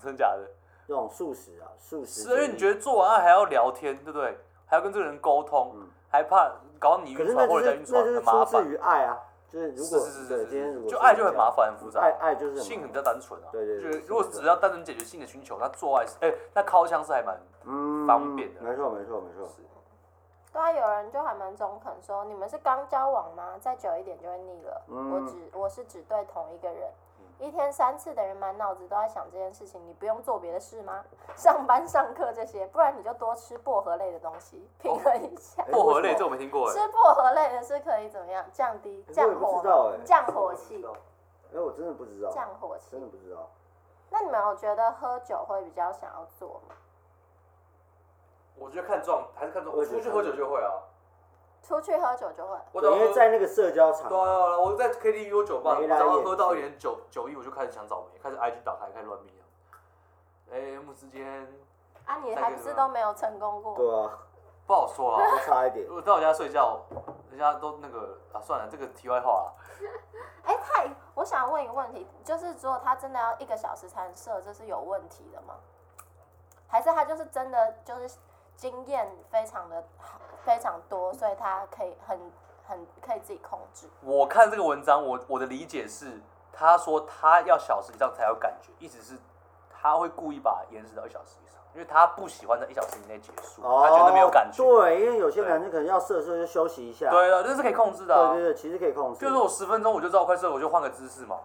Speaker 3: 真的假的？
Speaker 4: 这种素食啊，素食。
Speaker 3: 是因为你觉得做完爱还要聊天，对不对？还要跟这个人沟通，还怕搞你
Speaker 4: 嗯可
Speaker 3: 晕
Speaker 4: 是
Speaker 3: 船
Speaker 4: 那
Speaker 3: 或
Speaker 4: 就
Speaker 3: 者
Speaker 4: 是
Speaker 3: 人家
Speaker 4: 那就
Speaker 3: 晕船很
Speaker 4: 是
Speaker 3: 麻
Speaker 4: 出自
Speaker 3: 烦。
Speaker 4: 于爱啊，就是如
Speaker 3: 是
Speaker 4: 果
Speaker 3: 是是是
Speaker 4: 对今天如
Speaker 3: 是，
Speaker 4: 果
Speaker 3: 就是爱
Speaker 4: 这
Speaker 3: 就很
Speaker 4: 样
Speaker 3: 麻烦很复杂。
Speaker 4: 爱爱就是很
Speaker 3: 性
Speaker 4: 麻
Speaker 3: 比较单纯啊，
Speaker 4: 对对对
Speaker 3: 就是
Speaker 4: 是
Speaker 3: 如果
Speaker 4: 是
Speaker 3: 只要单纯解决性的需求，那做爱是哎、那敲枪是还蛮
Speaker 4: 嗯
Speaker 3: 方便的
Speaker 4: 没错没错没错，
Speaker 2: 对啊，有人就还蛮中肯说，你们是刚交往吗？再久一点就会腻了。我只我是只对同一个人，一天三次的人，满脑子都在想这件事情，你不用做别的事吗？上班、上课这些，不然你就多吃薄荷类的东西，平衡一下。
Speaker 4: 哎
Speaker 3: 薄荷
Speaker 4: 为
Speaker 3: 类，
Speaker 4: 什
Speaker 3: 这
Speaker 4: 么
Speaker 3: 我没听过哎、
Speaker 2: 吃薄荷类的是可以怎么样？降低
Speaker 4: 哎我
Speaker 2: 降
Speaker 4: 也不
Speaker 2: 火
Speaker 4: 知道哎，
Speaker 2: 降火气，
Speaker 4: 哎我真的不知道，
Speaker 2: 降火气
Speaker 4: 真。的不知道。
Speaker 2: 那你们有觉得喝酒会比较想要做吗？
Speaker 3: 我觉得看状还是看状，
Speaker 4: 我
Speaker 3: 我
Speaker 4: 觉得
Speaker 3: 出去喝酒就会啊，
Speaker 2: 出去喝酒就会，
Speaker 3: 我只要
Speaker 4: 因为
Speaker 3: 喝
Speaker 4: 在那个社交场
Speaker 3: 对啊，对啊我在 KTV 或酒吧，我
Speaker 4: 眉
Speaker 3: 只
Speaker 4: 来
Speaker 3: 要
Speaker 4: 眼
Speaker 3: 喝到一
Speaker 4: 去
Speaker 3: 点酒酒意，我就开始想找妹，开始 IG 打开，开始乱迷了。哎，木之间
Speaker 2: 啊，你还不是都没有成功过？
Speaker 4: 对啊，
Speaker 3: 不好 说啦。
Speaker 4: 差 一点。
Speaker 3: 我到我家睡觉，人家都那个啊，算了，这个题外话啊。
Speaker 2: 哎、太，我想问一个问题，就是如果他真的要一个小时才能射，这是有问题的吗？还是他就是真的就是经验非常的好，非常多，所以他可以很很可以自己控制？
Speaker 3: 我看这个文章，我我的理解是，他说他要小时以上才有感觉，意思是他会故意把延迟到一小时以上，因为他不喜欢在一小时以内结束，
Speaker 4: 哦，
Speaker 3: 他觉得没有感觉。
Speaker 4: 对，因为有些男生可能要射的时候就休息一下。
Speaker 3: 对了，这是可以控制的、啊。
Speaker 4: 对对对，其实可以控制。
Speaker 3: 比如说我十分钟我就知道我快射了，我就换个姿势嘛，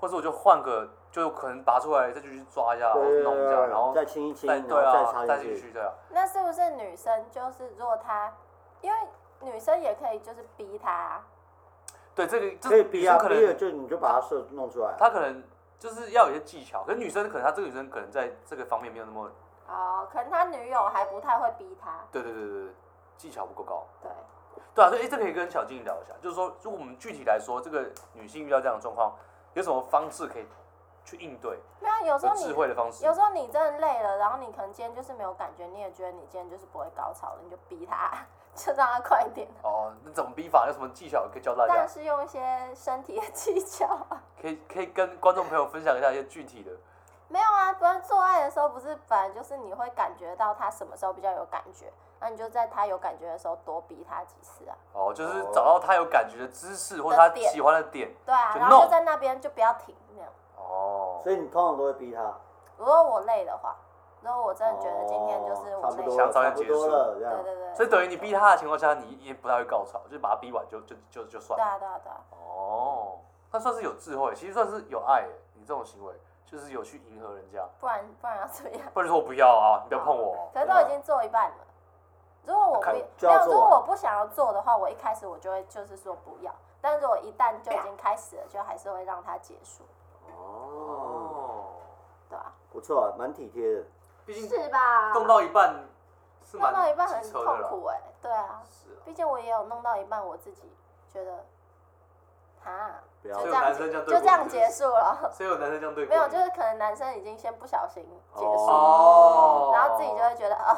Speaker 3: 或者我就换个，就可能拔出来再继续抓一下，或
Speaker 4: 对
Speaker 3: 者
Speaker 4: 对对
Speaker 3: 弄一下，
Speaker 4: 对
Speaker 3: 然后
Speaker 4: 再亲一亲，
Speaker 3: 再
Speaker 4: 然后
Speaker 3: 对
Speaker 4: 再
Speaker 3: 啊，
Speaker 4: 插
Speaker 3: 再
Speaker 4: 进
Speaker 3: 进
Speaker 4: 去。
Speaker 3: 去对啊。
Speaker 2: 那是不是女生就是如果她，因为女生也可以就是逼他啊、
Speaker 3: 对这个，这
Speaker 4: 可以逼啊，
Speaker 3: 女生可
Speaker 4: 逼了
Speaker 3: 能
Speaker 4: 就你就把它射弄出来。
Speaker 3: 她可能就是要有一些技巧，可是女生可能她这个女生可能在这个方面没有那么，
Speaker 2: 哦，可能他女友还不太会逼他，
Speaker 3: 对对对对对，技巧不够高。
Speaker 2: 对，
Speaker 3: 对啊，所以诶这可以跟小静聊一下，就是说，如果我们具体来说，这个女性遇到这样的状况，有什么方式可以去应对？
Speaker 2: 没有，有时
Speaker 3: 有
Speaker 2: 候
Speaker 3: 智
Speaker 2: 你
Speaker 3: 慧的方式
Speaker 2: 有。时候你真的累了，然后你可能今天就是没有感觉，你也觉得你今天就是不会高潮了，你就逼他， 就让他快一点。
Speaker 3: 哦，那怎么逼法？有什么技巧可以教大
Speaker 2: 但
Speaker 3: 家？
Speaker 2: 是用一些身体的技巧 啊，
Speaker 3: 可以可以跟观众朋友分享一下一些具体的。
Speaker 2: 没有啊，不然做爱的时候不是本来就是你会感觉到他什么时候比较有感觉，那你就在他有感觉的时候多逼他几次啊，
Speaker 3: 哦，就是找到她有感觉的姿势或
Speaker 2: 的
Speaker 3: 者她
Speaker 2: 点
Speaker 3: 喜欢的点。
Speaker 2: 对啊，
Speaker 3: 就
Speaker 2: 然后
Speaker 3: 弄
Speaker 2: 就在那边就不要停那样。
Speaker 3: 哦，
Speaker 4: 所以你通常都会逼他。
Speaker 2: 如果我累的话，如果我真的觉得今天
Speaker 3: 哦
Speaker 2: 就是我
Speaker 4: 差不
Speaker 2: 累
Speaker 4: 多
Speaker 3: 想
Speaker 4: 了，
Speaker 2: 了，
Speaker 3: 早
Speaker 4: 差
Speaker 3: 点
Speaker 4: 不
Speaker 3: 结束
Speaker 4: 多了，这
Speaker 2: 对
Speaker 4: 样。
Speaker 2: 对对，
Speaker 3: 所以等于你逼她的情况下，你也不太会高潮，就是把她逼完就就就就算
Speaker 2: 对
Speaker 3: 了。
Speaker 2: 啊对啊对啊，
Speaker 3: 哦，那算是有智慧，其实算是有爱耶。你这种行为就是有去迎合人家，
Speaker 2: 不然不然要怎么样？
Speaker 3: 不然就说我不要啊，你不要碰我哦。
Speaker 2: 可是都已经做一半了。如果我不
Speaker 3: 看
Speaker 4: 就
Speaker 2: 没
Speaker 4: 要
Speaker 2: 有，
Speaker 4: 做
Speaker 2: 如果
Speaker 4: 完
Speaker 2: 我不想要做的话，我一开始我就会就是说不要。但如果一旦就已经开始了，就还是会让它结束，
Speaker 4: 哦，
Speaker 3: 哦，
Speaker 2: 对吧、
Speaker 4: 不错啊，蛮体贴的。
Speaker 3: 毕竟
Speaker 2: 是吧？
Speaker 3: 弄到一半是
Speaker 2: 弄
Speaker 3: 蛮
Speaker 2: 到一半很
Speaker 3: 棘手
Speaker 2: 痛
Speaker 3: 的啦
Speaker 2: 苦哎、对啊，
Speaker 3: 是啊
Speaker 2: 毕竟我也有弄到一半，我自己觉得，啊，
Speaker 4: 不
Speaker 2: 就
Speaker 4: 要
Speaker 3: 所以
Speaker 2: 这
Speaker 3: 有男
Speaker 2: 样
Speaker 3: 生
Speaker 2: 结
Speaker 3: 这样对
Speaker 2: 就
Speaker 3: 我
Speaker 2: 这样
Speaker 3: 们
Speaker 2: 结束了。
Speaker 3: 所以有男生这样对过
Speaker 2: 没
Speaker 3: 你
Speaker 2: 有，就是可能男生已经先不小心结束，
Speaker 3: 哦，
Speaker 2: 然后自己就会觉得啊，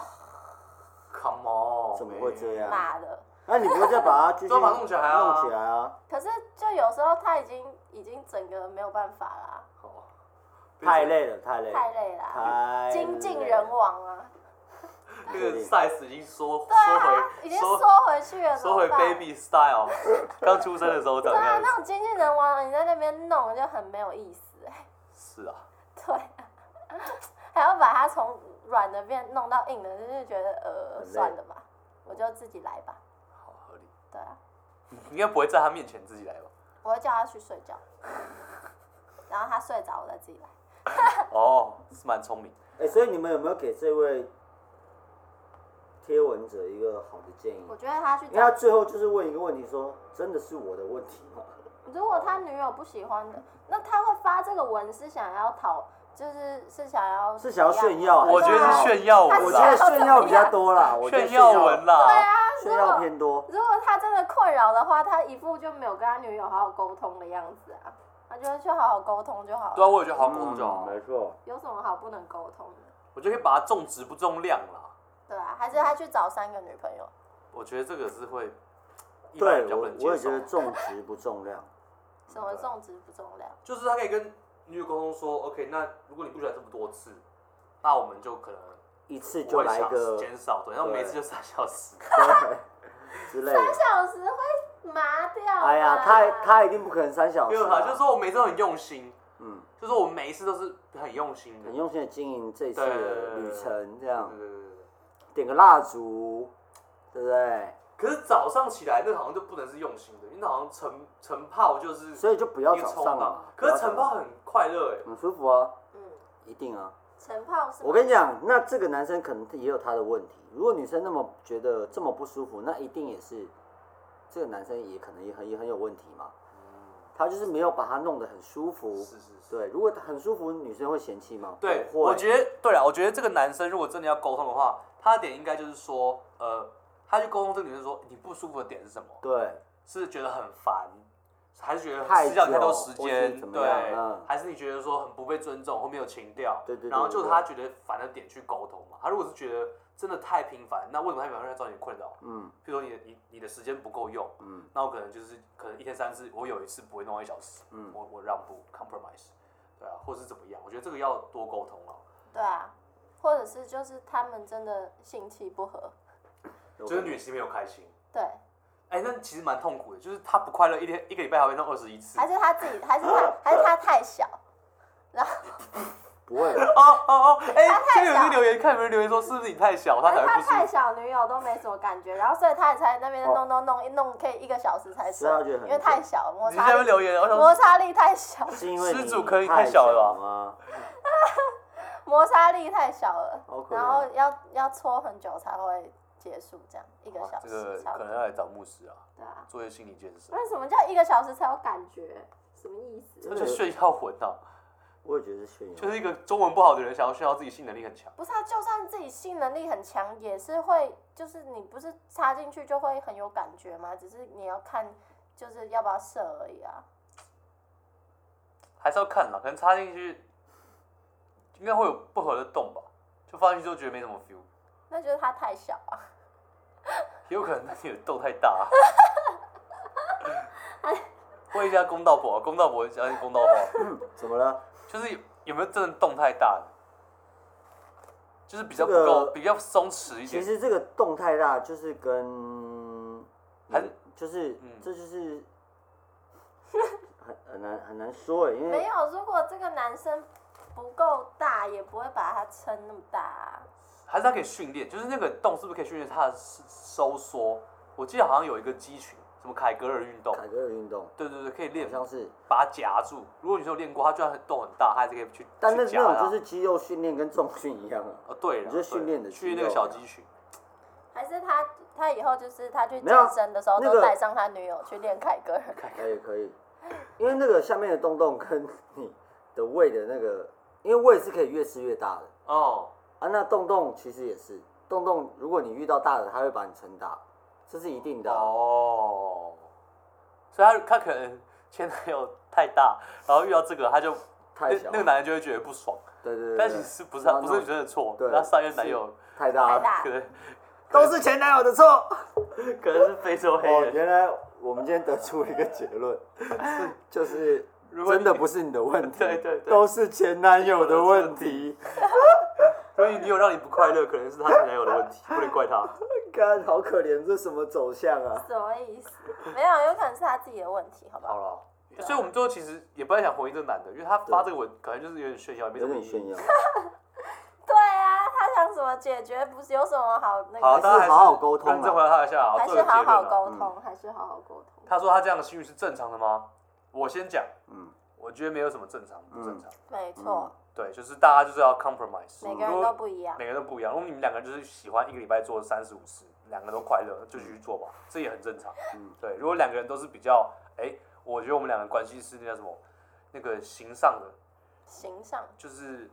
Speaker 3: come on，
Speaker 4: 怎么会这
Speaker 3: 嗯
Speaker 4: 样
Speaker 2: 妈的。
Speaker 4: 那你不会再把它继续
Speaker 3: 都把它弄起来啊
Speaker 4: 弄起来啊！
Speaker 2: 可是就有时候他已经已经整个没有办法啦、
Speaker 3: 好
Speaker 4: 太，累了，太累了，
Speaker 2: 太累啦、
Speaker 4: 太
Speaker 2: 精尽
Speaker 4: 累
Speaker 2: 人
Speaker 4: 了
Speaker 2: 亡啊！
Speaker 3: 那个 size 已经缩缩
Speaker 2: 对啊，
Speaker 3: 回，
Speaker 2: 已经
Speaker 3: 缩
Speaker 2: 缩回去了，怎
Speaker 3: 说
Speaker 2: 么
Speaker 3: 回
Speaker 2: 办
Speaker 3: baby style，刚出生的时候长
Speaker 2: 对
Speaker 3: 那
Speaker 2: 啊，
Speaker 3: 样子
Speaker 2: 那。种经纪人玩，你在那边弄就很没有意思哎、
Speaker 3: 是啊，
Speaker 2: 对啊， 还要把它从软的变弄到硬的，就是觉得呃，
Speaker 4: 很累
Speaker 2: 算了吧，我就自己来吧。
Speaker 3: 好合理。
Speaker 2: 对啊，
Speaker 3: 你应该不会在他面前自己来吧？
Speaker 2: 我会叫他去睡觉， 然后他睡着我再自己来。
Speaker 3: 哦，是蛮聪明。
Speaker 4: 哎、所以你们有没有给这位贴文者一个好的建议？
Speaker 2: 我觉得他去
Speaker 4: 因为他
Speaker 2: 找，
Speaker 4: 最后就是问一个问题说真的是我的问题吗？
Speaker 2: 如果他女友不喜欢的，那他会发这个文是想要讨，就是是想要
Speaker 4: 是想要炫耀还
Speaker 3: 我觉得是炫耀
Speaker 2: 他
Speaker 4: 我
Speaker 3: 文
Speaker 4: 觉
Speaker 3: 啦
Speaker 4: 得，炫耀比较多 啦，我觉得
Speaker 3: 炫耀文啦。对啊，
Speaker 4: 炫耀偏多。
Speaker 2: 如果他真的困扰的话，他一副就没有跟他女友好好沟通的样子啊，他就会去好好沟通就好了。
Speaker 3: 啊我也觉得好沟通就好
Speaker 4: 嗯，。没错。
Speaker 2: 有什么好不能沟通的？
Speaker 3: 我觉得可以把它重质不重量啦。
Speaker 2: 对啊，还是
Speaker 4: 嗯
Speaker 2: 他去找三个女朋友？
Speaker 3: 我觉得这个是会，一般人
Speaker 4: 对
Speaker 3: 比较不
Speaker 4: 我
Speaker 3: 能
Speaker 4: 我也
Speaker 3: 接
Speaker 4: 觉
Speaker 3: 受
Speaker 4: 得。重质不重量，
Speaker 2: 什么重质不重量？
Speaker 3: 就是他可以跟女友沟通说，OK，那如果你不喜欢这么多次，那我们就可能
Speaker 4: 一次
Speaker 3: 不
Speaker 4: 就
Speaker 3: 会
Speaker 4: 来
Speaker 3: 想
Speaker 4: 个
Speaker 3: 减少，对，那
Speaker 4: 对
Speaker 3: 每次就三 小时。
Speaker 4: 对之类
Speaker 2: 三
Speaker 3: 啊
Speaker 4: 的。
Speaker 2: 小时会麻掉吧。
Speaker 4: 哎呀，他他一定不可能三小
Speaker 3: 没
Speaker 4: 时
Speaker 3: 有
Speaker 4: 啊，
Speaker 3: 啦，就是说我每次都很用心，
Speaker 4: 嗯，
Speaker 3: 就是我每一次都是很用心的
Speaker 4: 很。用心的经营这次
Speaker 3: 对
Speaker 4: 的旅程，这样
Speaker 3: 对对对对对。
Speaker 4: 点个蜡烛，对不对？
Speaker 3: 可是早上起来那好像就不能是用心的，因为那好像晨晨泡就是
Speaker 4: 所以就不要
Speaker 3: 一个
Speaker 4: 早
Speaker 3: 冲
Speaker 4: 上
Speaker 3: 浪
Speaker 4: 啊。
Speaker 3: 可是晨
Speaker 4: 晨
Speaker 3: 泡很快乐哎，
Speaker 4: 很舒服啊，
Speaker 2: 嗯，
Speaker 4: 一定啊。
Speaker 2: 晨泡是吗
Speaker 4: 我跟你讲，那这个男生可能也有他的问题。如果女生那么觉得这么不舒服，那一定也是这个男生也可能也很也很有问题嘛。他就是没有把它弄得很舒服。
Speaker 3: 嗯是是是。
Speaker 4: 对，如果很舒服，女生会嫌弃吗？
Speaker 3: 对，
Speaker 4: 不
Speaker 3: 我
Speaker 4: 会。
Speaker 3: 觉得对啊了，我觉得这个男生如果真的要沟通的话，他的点应该就是说，呃，他去沟通这个女生说你不舒服的点是什么？
Speaker 4: 对，
Speaker 3: 是觉得很烦，还是觉得
Speaker 4: 太
Speaker 3: 吃掉你太多
Speaker 4: 久
Speaker 3: 时
Speaker 4: 或
Speaker 3: 间
Speaker 4: 是，怎么
Speaker 3: 对
Speaker 4: 样嗯，
Speaker 3: 还是你觉得说很不被尊重或没有情调，
Speaker 4: 对对对
Speaker 3: 然后就
Speaker 4: 对
Speaker 3: 他觉得烦的点去沟通嘛。他如果是觉得真的太频繁，那为什么太频繁会造成你困扰？
Speaker 4: 嗯
Speaker 3: 譬如说你的你你的时间不够用，
Speaker 4: 嗯，
Speaker 3: 那我可能就是可能一天三次，我有一次不会弄到一小时，
Speaker 4: 嗯
Speaker 3: 我我让步 compromise，对啊，或者是怎么样？我觉得这个要多沟通啊。
Speaker 2: 对啊，或者是就是他们真的性气不合，
Speaker 4: 有
Speaker 3: 就是
Speaker 4: 可能
Speaker 3: 女性没有开心，
Speaker 2: 对，
Speaker 3: 哎、那其实蛮痛苦的，就是她不快乐，一天一个礼拜还会弄二十一次。
Speaker 2: 还是他自己，还是他，还是他太小，然后
Speaker 4: 不 会。
Speaker 3: 哦哦哦，哎、
Speaker 2: 她
Speaker 3: 这
Speaker 2: 太
Speaker 3: 边有一
Speaker 2: 小
Speaker 3: 个留言，看有没有留言说是不是你太小，她才会
Speaker 2: 他
Speaker 3: 不舒
Speaker 2: 太
Speaker 3: 服。
Speaker 2: 小，女友都没什么感觉，然后所以他也才在那边
Speaker 4: 哦
Speaker 2: 弄弄弄一弄，可以一个小时才
Speaker 4: 是
Speaker 2: 睡
Speaker 4: 啊觉得，很
Speaker 2: 因为太小，摩
Speaker 3: 你在那
Speaker 2: 擦
Speaker 3: 边
Speaker 2: 力
Speaker 3: 留言，我想
Speaker 2: 摩
Speaker 3: 说
Speaker 2: 擦力太小，
Speaker 4: 是因为
Speaker 3: 施
Speaker 4: 你
Speaker 3: 主可以
Speaker 4: 太
Speaker 3: 太小了吧
Speaker 4: 吗？
Speaker 2: 摩擦力太小了
Speaker 4: 好，可怜
Speaker 2: 然后要要搓很久才会结束，这样一个
Speaker 3: 哇
Speaker 2: 小
Speaker 3: 这
Speaker 2: 时
Speaker 3: 个
Speaker 2: 差不
Speaker 3: 可
Speaker 2: 多
Speaker 3: 能，要来找牧师啊，
Speaker 2: 对啊。
Speaker 3: 做一些心理建设，
Speaker 2: 为什么叫一个小时才有感觉？什么意思？
Speaker 3: 这就炫耀文啊，
Speaker 4: 我也觉得是炫耀。
Speaker 3: 就是一个中文不好的人想要炫耀自己性能力很强。
Speaker 2: 不是啊，就算自己性能力很强，也是会，就是你不是插进去就会很有感觉吗？只是你要看，就是要不要射而已啊。
Speaker 3: 还是要看啦，可能插进去应该会有不合的洞吧，就放进去之后觉得没什么 feel，
Speaker 2: 那就是它太小啊，
Speaker 3: 也有可能你的洞太大、 啊。问一下公道婆，公道婆相信公道婆，
Speaker 4: 怎么了？
Speaker 3: 就是有有没有真的洞太大的，就是比较不
Speaker 4: 这个
Speaker 3: 够，比较松弛一
Speaker 4: 其
Speaker 3: 点。
Speaker 4: 实这个洞太大，就是跟，
Speaker 3: 还
Speaker 4: 嗯就是、
Speaker 3: 嗯
Speaker 4: 这就是很很难很难说哎，因
Speaker 2: 没
Speaker 4: 为
Speaker 2: 有。如果这个男生不够大，也不会把它撑那么大、啊。
Speaker 3: 还是它可以训练，就是那个洞是不是可以训练它的收缩？我记得好像有一个肌群，什么凯格尔运动，
Speaker 4: 凯格尔运动
Speaker 3: 对对对，可以练
Speaker 4: 好，像是，
Speaker 3: 把它夹住。如果你有练过，它就算很洞很大，它还是可以去
Speaker 4: 但那
Speaker 3: 去夹
Speaker 4: 那种
Speaker 3: 它
Speaker 4: 就是肌肉训练跟重训一样 啊。
Speaker 3: 哦，对啦，
Speaker 4: 你就是
Speaker 3: 对
Speaker 4: 训练的
Speaker 3: 训练
Speaker 4: 肌
Speaker 3: 那个
Speaker 4: 肉
Speaker 3: 小
Speaker 4: 呀
Speaker 3: 肌群，
Speaker 2: 还是他他以后就是他去
Speaker 4: 没有
Speaker 2: 健身的时候
Speaker 4: 那
Speaker 2: 都
Speaker 4: 个
Speaker 2: 带上他女友去练凯格尔。
Speaker 4: 可以可以，因为那个下面的洞洞跟你的胃的那个，因为胃是可以越吃越大的
Speaker 3: 哦，
Speaker 4: 啊。那洞洞其实也是洞洞，如果你遇到大的，它会把你撑大，这是一定的啊。
Speaker 3: 哦，所以他他可能 前男友太大，然后遇到这个他就那
Speaker 4: 太小了，
Speaker 3: 那个男人就会觉得不爽，
Speaker 4: 对对对对，
Speaker 3: 但其实不是
Speaker 4: 然
Speaker 3: 他
Speaker 4: 后
Speaker 3: 不
Speaker 4: 啊那种
Speaker 3: 是女生的错，
Speaker 4: 对
Speaker 3: 他上一任男友
Speaker 4: 太大
Speaker 2: 太
Speaker 4: 了
Speaker 2: 大。
Speaker 3: 可能
Speaker 4: 都是前男友的错。
Speaker 3: 可能是非洲黑
Speaker 4: 哦，
Speaker 3: 人，
Speaker 4: 原来我们今天得出一个结 论，是就是
Speaker 3: 如果你
Speaker 4: 真的不是你的问题，
Speaker 3: 对对对
Speaker 4: 都是前男友的问题。
Speaker 3: 如关于女友让你不快乐，可能是她前男友的 问题，不能怪她。
Speaker 4: 看，好可怜，这什么走向啊？
Speaker 2: 什么意思？没有，有可能是他自己的问题，好不
Speaker 3: 好
Speaker 2: 好？
Speaker 3: 了，所以我们最后其实也不太想回应这个男的，因为他发这个文感觉就是有点炫耀，也没什
Speaker 4: 有
Speaker 3: 么意
Speaker 4: 点
Speaker 3: 义。
Speaker 4: 炫耀，
Speaker 2: 对啊，他想怎么解决，不是有什么好那
Speaker 3: 好，
Speaker 2: 个，
Speaker 3: 大家还
Speaker 4: 还是好好沟通啊
Speaker 3: 认真回答他一下啊，
Speaker 2: 还
Speaker 3: 做
Speaker 2: 是
Speaker 3: 个结
Speaker 2: 好好
Speaker 3: 论啊。
Speaker 2: 沟通，还是好好沟通。
Speaker 3: 他说他这样的心语是正常的吗？我先讲，
Speaker 4: 嗯，
Speaker 3: 我觉得没有什么正常不正常。
Speaker 2: 没错，
Speaker 3: 对，就是大家就是要 compromise，
Speaker 2: 每个人都不一样。
Speaker 3: 每个人都不一样。如果你们两个人就是喜欢一个礼拜做三十五次，两个都快乐，就继续做吧，这也很正常。嗯，对。如果两个人都是比较，哎、我觉得我们两个关系是那叫什么，那个形上的，
Speaker 2: 形象，
Speaker 3: 就是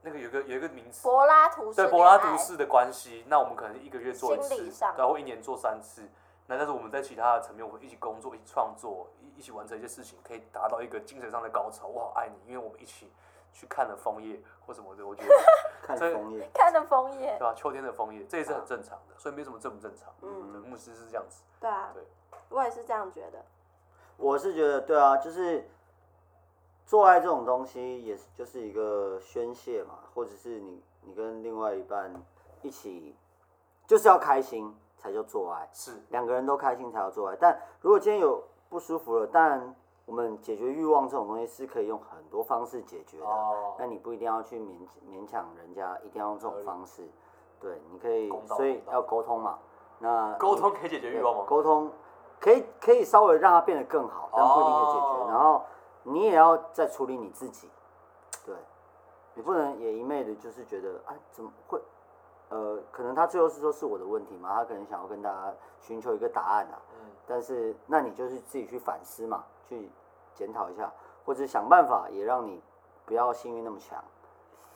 Speaker 3: 那个有一个有一个名词，
Speaker 2: 柏拉图式恋
Speaker 3: 对
Speaker 2: 爱，
Speaker 3: 柏拉图式的关系，那我们可能一个月做一次
Speaker 2: 心理上，
Speaker 3: 然后一年做三次。那但是我们在其他的层面，我们一起工作，一起创作，一一起完成一些事情，可以达到一个精神上的高潮。我好爱你，因为我们一起去看了枫叶或什么的，我觉得
Speaker 4: 看
Speaker 3: 这
Speaker 4: 枫叶，
Speaker 2: 看着枫叶，
Speaker 3: 对吧、秋天的枫叶，这也是很正常的，所以没什么正不正常。嗯，牧师是这样子，
Speaker 2: 对啊
Speaker 3: 对，
Speaker 2: 我也是这样觉得。
Speaker 4: 我是觉得对啊，就是做爱这种东西也是就是一个宣泄嘛，或者是你你跟另外一半一起，就是要开心才叫做爱，
Speaker 3: 是
Speaker 4: 两个人都开心才要做爱。但如果今天有不舒服了，但我们解决欲望这种东西是可以用很多方式解决的，
Speaker 3: 哦
Speaker 4: 那你不一定要去勉勉强人家一定要用这种方式，对，你可以
Speaker 3: 公，道
Speaker 4: 所以
Speaker 3: 公道
Speaker 4: 要沟通嘛。那
Speaker 3: 沟通可以解决欲望吗？
Speaker 4: 沟通可以可以稍微让它变得更好，但不一定可以解决。
Speaker 3: 哦
Speaker 4: 然后你也要再处理你自己，对，你不能也一昧的就是觉得啊怎么会，呃，可能他最后是说是我的问题嘛，他可能想要跟大家寻求一个答案啊，
Speaker 3: 嗯，
Speaker 4: 但是那你就是自己去反思嘛，去检讨一下，或者想办法也让你不要性欲那么强，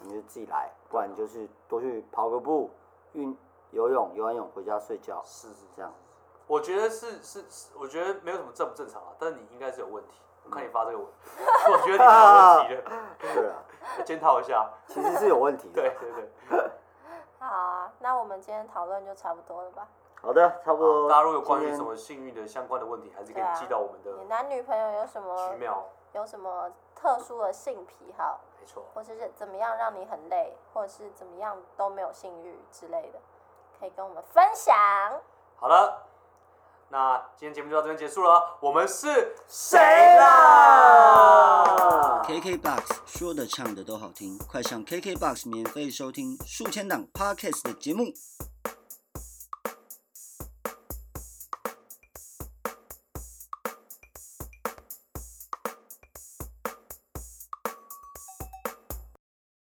Speaker 4: 你就自己来，不然就是多去跑个步，运游泳，游完泳回家睡觉，
Speaker 3: 是是
Speaker 4: 这样。
Speaker 3: 我觉得是是是，我觉得没有什么正不正常啊，但是你应该是有问题。我看你发这个文， 我觉得你是有问题的，
Speaker 4: 对啊，
Speaker 3: 要检讨一下。
Speaker 4: 其实是有问题的。
Speaker 3: 对对 对，
Speaker 2: 好啊，那我们今天讨论就差不多了吧？
Speaker 4: 好的，差不多。
Speaker 3: 大家如果有关于
Speaker 4: 今天
Speaker 3: 什么性欲的相关的问题，还是可
Speaker 2: 对啊
Speaker 3: 以寄到我们
Speaker 2: 你
Speaker 3: 的
Speaker 2: 男女朋友有什
Speaker 3: 徐
Speaker 2: 么
Speaker 3: 淼，
Speaker 2: 有什么特殊的性癖好，
Speaker 3: 没错，
Speaker 2: 或者是怎么样让你很累，或者是怎么样都没有性欲之类的，可以跟我们分享。
Speaker 3: 好了，那今天节目就到这边结束了，我们是谁
Speaker 4: 啦
Speaker 5: KKBOX 说的唱的都好听，快上 KKBOX 免费收听数千档 Podcast 的节目。